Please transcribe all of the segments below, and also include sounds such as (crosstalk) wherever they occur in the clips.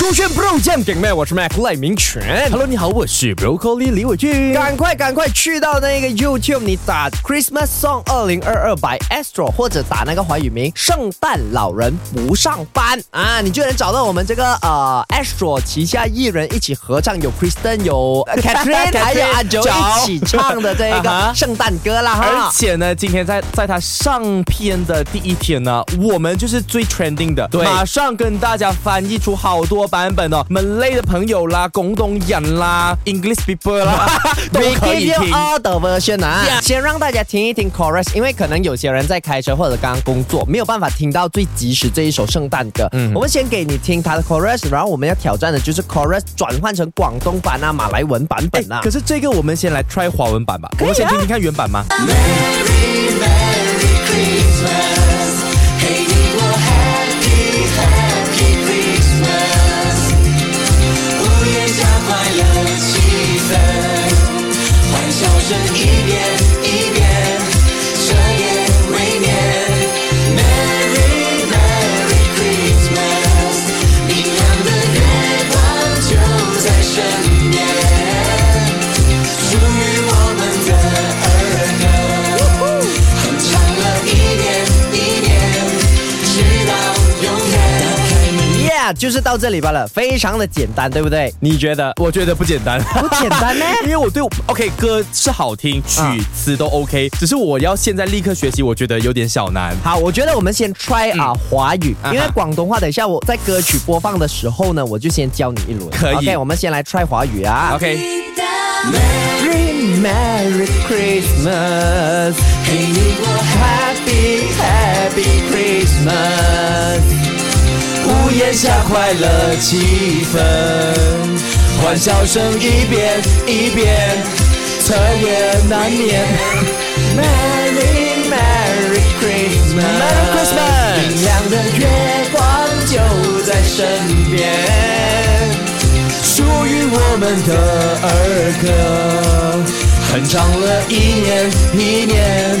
勾选 Bro 酱顶麦，我是 Mac 赖明全。 Hello，你好，我是 Broccoli 李伟俊。赶快赶快去到那个 YouTube，你打 Christmas Song 二零二二 by Astro，或者打那个华语名《圣诞老人不上班》啊，你就能找到我们这个呃 Astro 旗下艺人一起合唱，有 Kristen，有呃 (laughs) Catherine，还有阿九一起唱的这一啊个哈哎圣诞歌啦而哈。且呢，今天在在它上片的第一天呢，我们就是最 trending 的，对马上跟大家翻译出好多版本哦，门类的朋友啦，广东人啦，English people 啦， (laughs) 都 We 可 give 以 you 听。 all the version 啊先让大家听一听 chorus，因为可能有些人在开车或者刚刚工作，没有办法听到最及时这一首圣诞歌。嗯我们先给你听它的 chorus，然后我们要挑战的就是 chorus 转换成广东版啊、马来文版本啊哎可。是这个我们先来 try 华文版吧，我们先听听看原版吗？Oh, 声一遍一遍，彻夜未眠。Merry Merry Christmas，明亮的月光就在身边，属于我们的儿歌，哼唱了一年一年，直到永远。 Yeah，就是到这里罢了，非常的简单，对不对？你觉得？我觉得不简单。 (laughs) 不简单呢。 (laughs) 因为我对 OK 歌是好听，曲啊词都 OK，、只是我要现在立刻学习，我觉得有点小难。好，我觉得我们先 try 啊、华语，因为嗯啊哈广东话等一下我在歌曲播放的时候呢，我就先教你一轮。可以 OK，我们先来 try 华语啊。 OK， Merry Merry Christmas，给你我 Happy Happy Christmas。屋檐下快乐气氛，欢笑声一遍一遍，彻夜难眠。 Merry Merry Christmas，Merry Christmas。明亮的月光就在身边，属于我们的儿歌，哼唱了一年一年，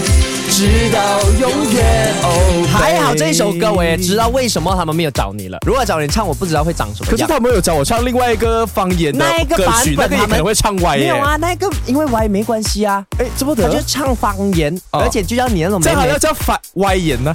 直到永远。哦，还好这首歌我也知道为什么他们没有找你了。如果找你唱，我不知道会长什么可是样。他们有教我唱另外一个方言的那一个歌版曲，那本个也他可们能会唱歪没耶。有啊，那个因为歪没关系啊，哎，这不他得就唱方言，哦而且就叫年了这妹好妹像。叫反歪言 (laughs) 呢、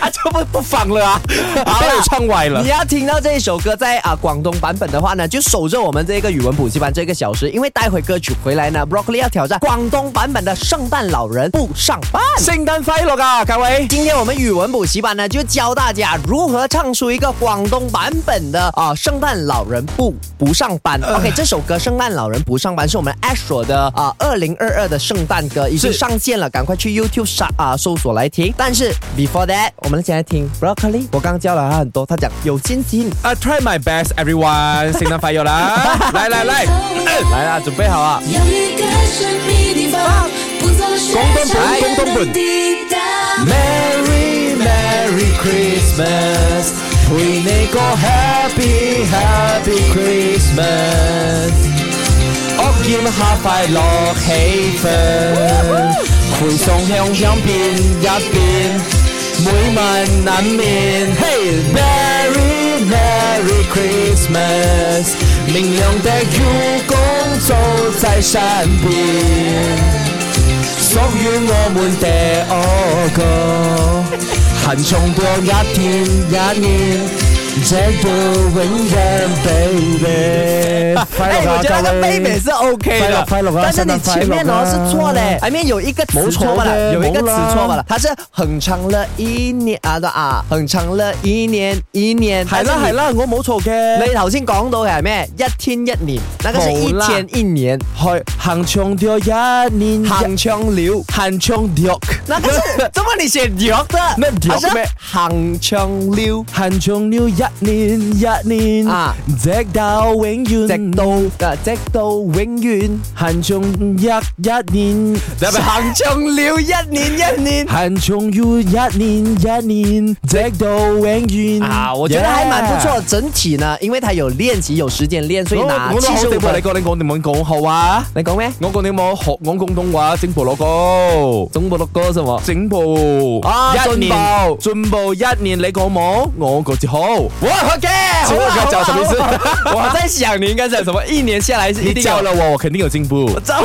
啊，这不不仿了啊，好被啦我唱歪了你。要听到这一首歌在啊、广东版本的话呢，就守着我们这个语文补习班这个小时，因为待会歌曲回来呢，Broccoli 要挑战广东版本的《圣诞老人不上班》。圣诞快乐啊，各位！今天我们语文补习班呢，就教大家如何唱出一个广东版本的啊、圣诞老人不不上班。OK，这首歌《圣诞老人不上班》是我们 Astro 的啊二零二二的圣诞歌，已经是上线了，赶快去 YouTube 上啊、搜索来听。但是 before that，我们先来听 Broccoli，我刚教了他很多，他讲有信心。啊，try my best everyone，圣诞快乐啦！ (laughs) 来来来，来啦，准备好啊！有一个神秘地方，不做宣传广东本广东本的地带。 Merry Merry Christmas，陪你过 Happy Happy Christmas，屋檐下快樂氣氛，回送香香遍一遍，每晚難眠。Hey Merry Merry Christmas，明亮的月光就在身邊。屬於我們的我歌，行重過一天一年，這叫永遠 baby。快哎，樂我啊觉得那个各位 baby 是 OK 的，快乐快乐啊但是你前面哦圣诞快乐啊是错嘞，前面有一个词错冇错了，的有一个词冇啦错了，它是很长了一年啊的啊，很长了一年一年，係啦係啦。啦，我冇錯你嘅。頭先講到嘅係咩？一天一年，那個是一冇啦天一年，去行長咗一年，行長了，行長咗， (laughs) 那個是啊怎麼你寫了的？咩了好像咩行長了，行長了一一年一年，啊直到永遠，直到啊，直到永遠，行從一一年，行中了一年一年。行從要一年一年，直到永遠。啊，我觉得还蛮不 Yeah 错。整体呢，因为它有练习，有时间练，所以拿我我都七好十識五喎你分。講你講你冇講好啊！你講 (laughs) 咩？我講你冇學講廣東話，整部老歌，中部六歌什么？整部啊一進年進步一年，你講冇？我覺得好。我 OK，请问我讲什么意思？ (laughs) 我在想你应该讲什么？一年下来是一你定教有了我，我肯定有进步。怎么？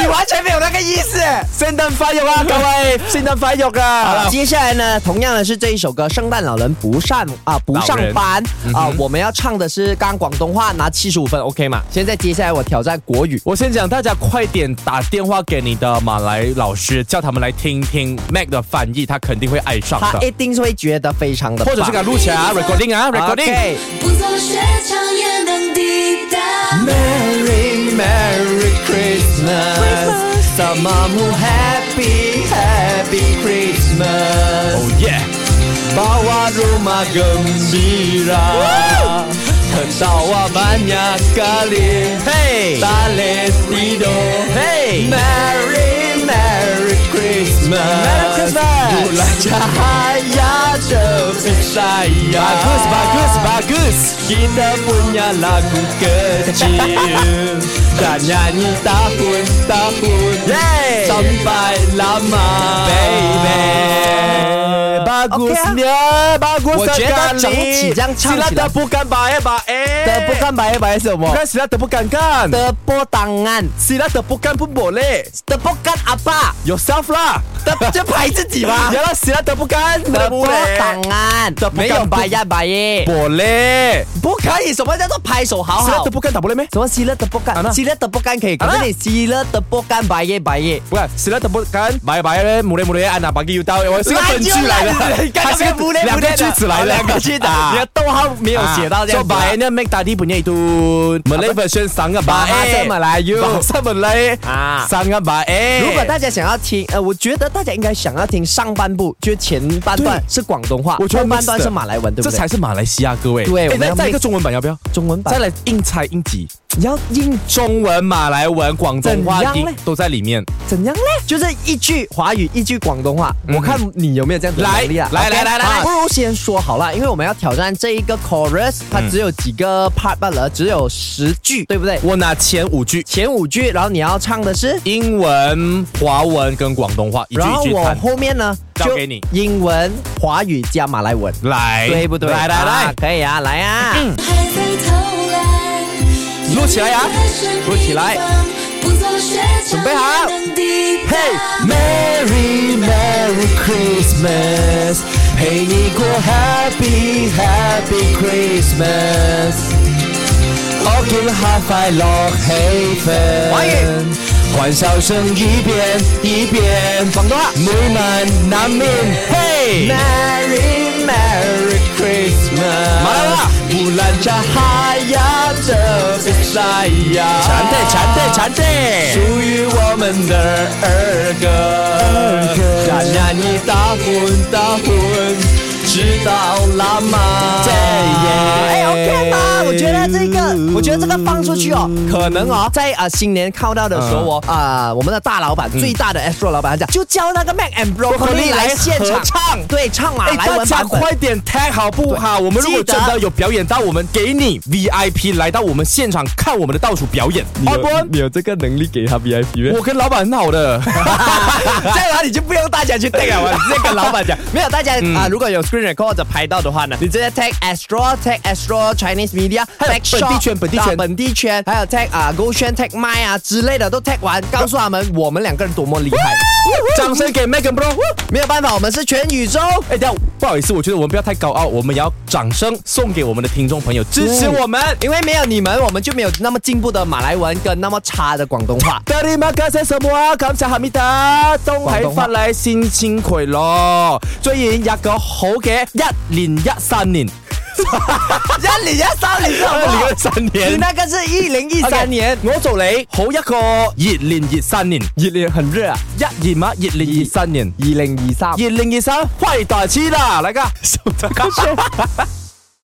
你完全没有那个意思。圣诞快乐 (laughs) 啊，各位！圣诞快乐啊！接下来呢，同样的是这一首歌《圣诞老人不上啊、不上班》啊、嗯我们要唱的是刚广东话拿七十五分，OK 嘛？现在接下来我挑战国语。我先讲，大家快点打电话给你的马来老师，叫他们来听听 Mac 的翻译，他肯定会爱上他的。一定是会觉得非常的棒，或者是给他录起来啊，recording 啊，recording。 OK 不走雪场也能抵达。 Merry Merry Christmas，什么木 Happy Happy Christmas， Oh yeah！ bawa rumah gembira，tertawa banyak kali，嘿 tales tidur。嘿， Merry Merry Christmas Merry Christmas. Bulan cahaya Tepik saya Bagus, bagus, bagus Kita punya lagu (laughs) kecil Dan nyanyi tahun-tahun Yay. Sampai lama Baby Bagusnya, bagus 我觉得整体 sekali 这。样唱起来 Silat，bukan baik baik. 的不干白白什么？ Bukan silat bukan kan. 的不当案， Silat bukan pun boleh. 的不干阿爸， Yourself lah. 的就排自己 (laughs) 嘛。 Yalah silat bukan 的不 boleh. 档案的，不没干有白呀白耶， Boleh. 不可以。什么叫做拍手好好？Silat bukan tak boleh meh? 什么希勒的不啊干？那希勒的不干可以，可啊是那你希勒的不干白耶白耶。 Bukan, sila tepuk kan Bye-bye leh Mulai-mulai eh, Anak pagi you tahu (laughs) 来就来你刚刚那个不累两不累的个句子来哦的两个句子啊你的逗号没有写到这样 So, baik Ah. So make tadi punya itu Malay version sangat baik Bahasa Melayu. Bahasa Melayu Ah. Sangat baik 如果大家想要听，呃，我觉得大家应该想要听上半部，就是前半段是广东话，我觉得后半 mix 段的是马来文，对这不对才？是马来西亚各位对诶我们再要再一个 mix 中文版要不要？中文版再来硬猜硬挤，你要硬中文、马来文、广东话怎样英嘞都在里面。怎样嘞？就是一句华语，一句广东话。嗯我看你有没有这样子的能力啊？来 OK，来来来来啊不如先说好了，因为我们要挑战这一个 chorus，它只有几个 part 罢了，只有十句，对不对？我拿前五句，前五句，然后你要唱的是，英文、华文跟广东话，一句然后一句我看。后面呢交就给你英文、华语加马来文，来，对不对？来来嗯啊来，可以啊，来啊！还在偷懒，录起来呀录起来，不走雪场准备好也能抵达。 Merry Merry Christmas，陪你过 Happy Happy Christmas。我祝下快樂氣氛，歡迎歡笑聲一遍一遍，廣東話每晚難眠。嘿 Merry Merry Christmas，馬來話 bulan cahaya terbit saya，对对全对。属于我们的儿歌，让那你打混打混，直到浪漫。哎，OK 吗？我觉得这个，我觉得这个放出去哦，可能哦，在啊、呃新年靠到的时候哦，嗯啊、我们的大老板、最大的 Astro 老板讲，就叫那个 Mac and Broccoli 来现场合唱对，唱马哎，来大文家版 (laughs) 本。快点 tag 好不好？我们如果记得真的有表演到，我们给你 VIP 来到我们现场看我们的倒数表演，好不？你有这个能力给他 VIP 我跟老板很 (laughs) 好的，这样的话你就不用大家去啊 tag 了，你直接跟老板讲。嗯没有，大家啊、如果有 screen record 或者拍到的话呢，你直接 tag Astro tag Astro Chinese Media，还有 tag Shaw，本地圈本地圈啊本地圈，还有 tag 啊、勾圈 tag 麦啊之类的都 tag 完，告诉他们我们两个人多么厉害。掌声给 Megan Bro。没有办法，我们是全宇宙。哎，等一下不好意思，我觉得我们不要太高傲，我们也要掌声送给我们的听众朋友，支持我们。因为没有你们，我们就没有那么进步的马来文跟那么差的广东话。 Terima kasih semua, cảm ơn Hamida. Đông Quảng Hải Đông phát lại xin xin quay lo. Tuy nhiên, một cái hậu kế, nhất liền, nhất san liền. (laughs) 一零一三年好不好？ 2013年你那个是一零一 OK，三年。我做你好一個熱連熱三年。一熱嘛，熱連熱三年。二零二三， 2023，快打起啦，大家。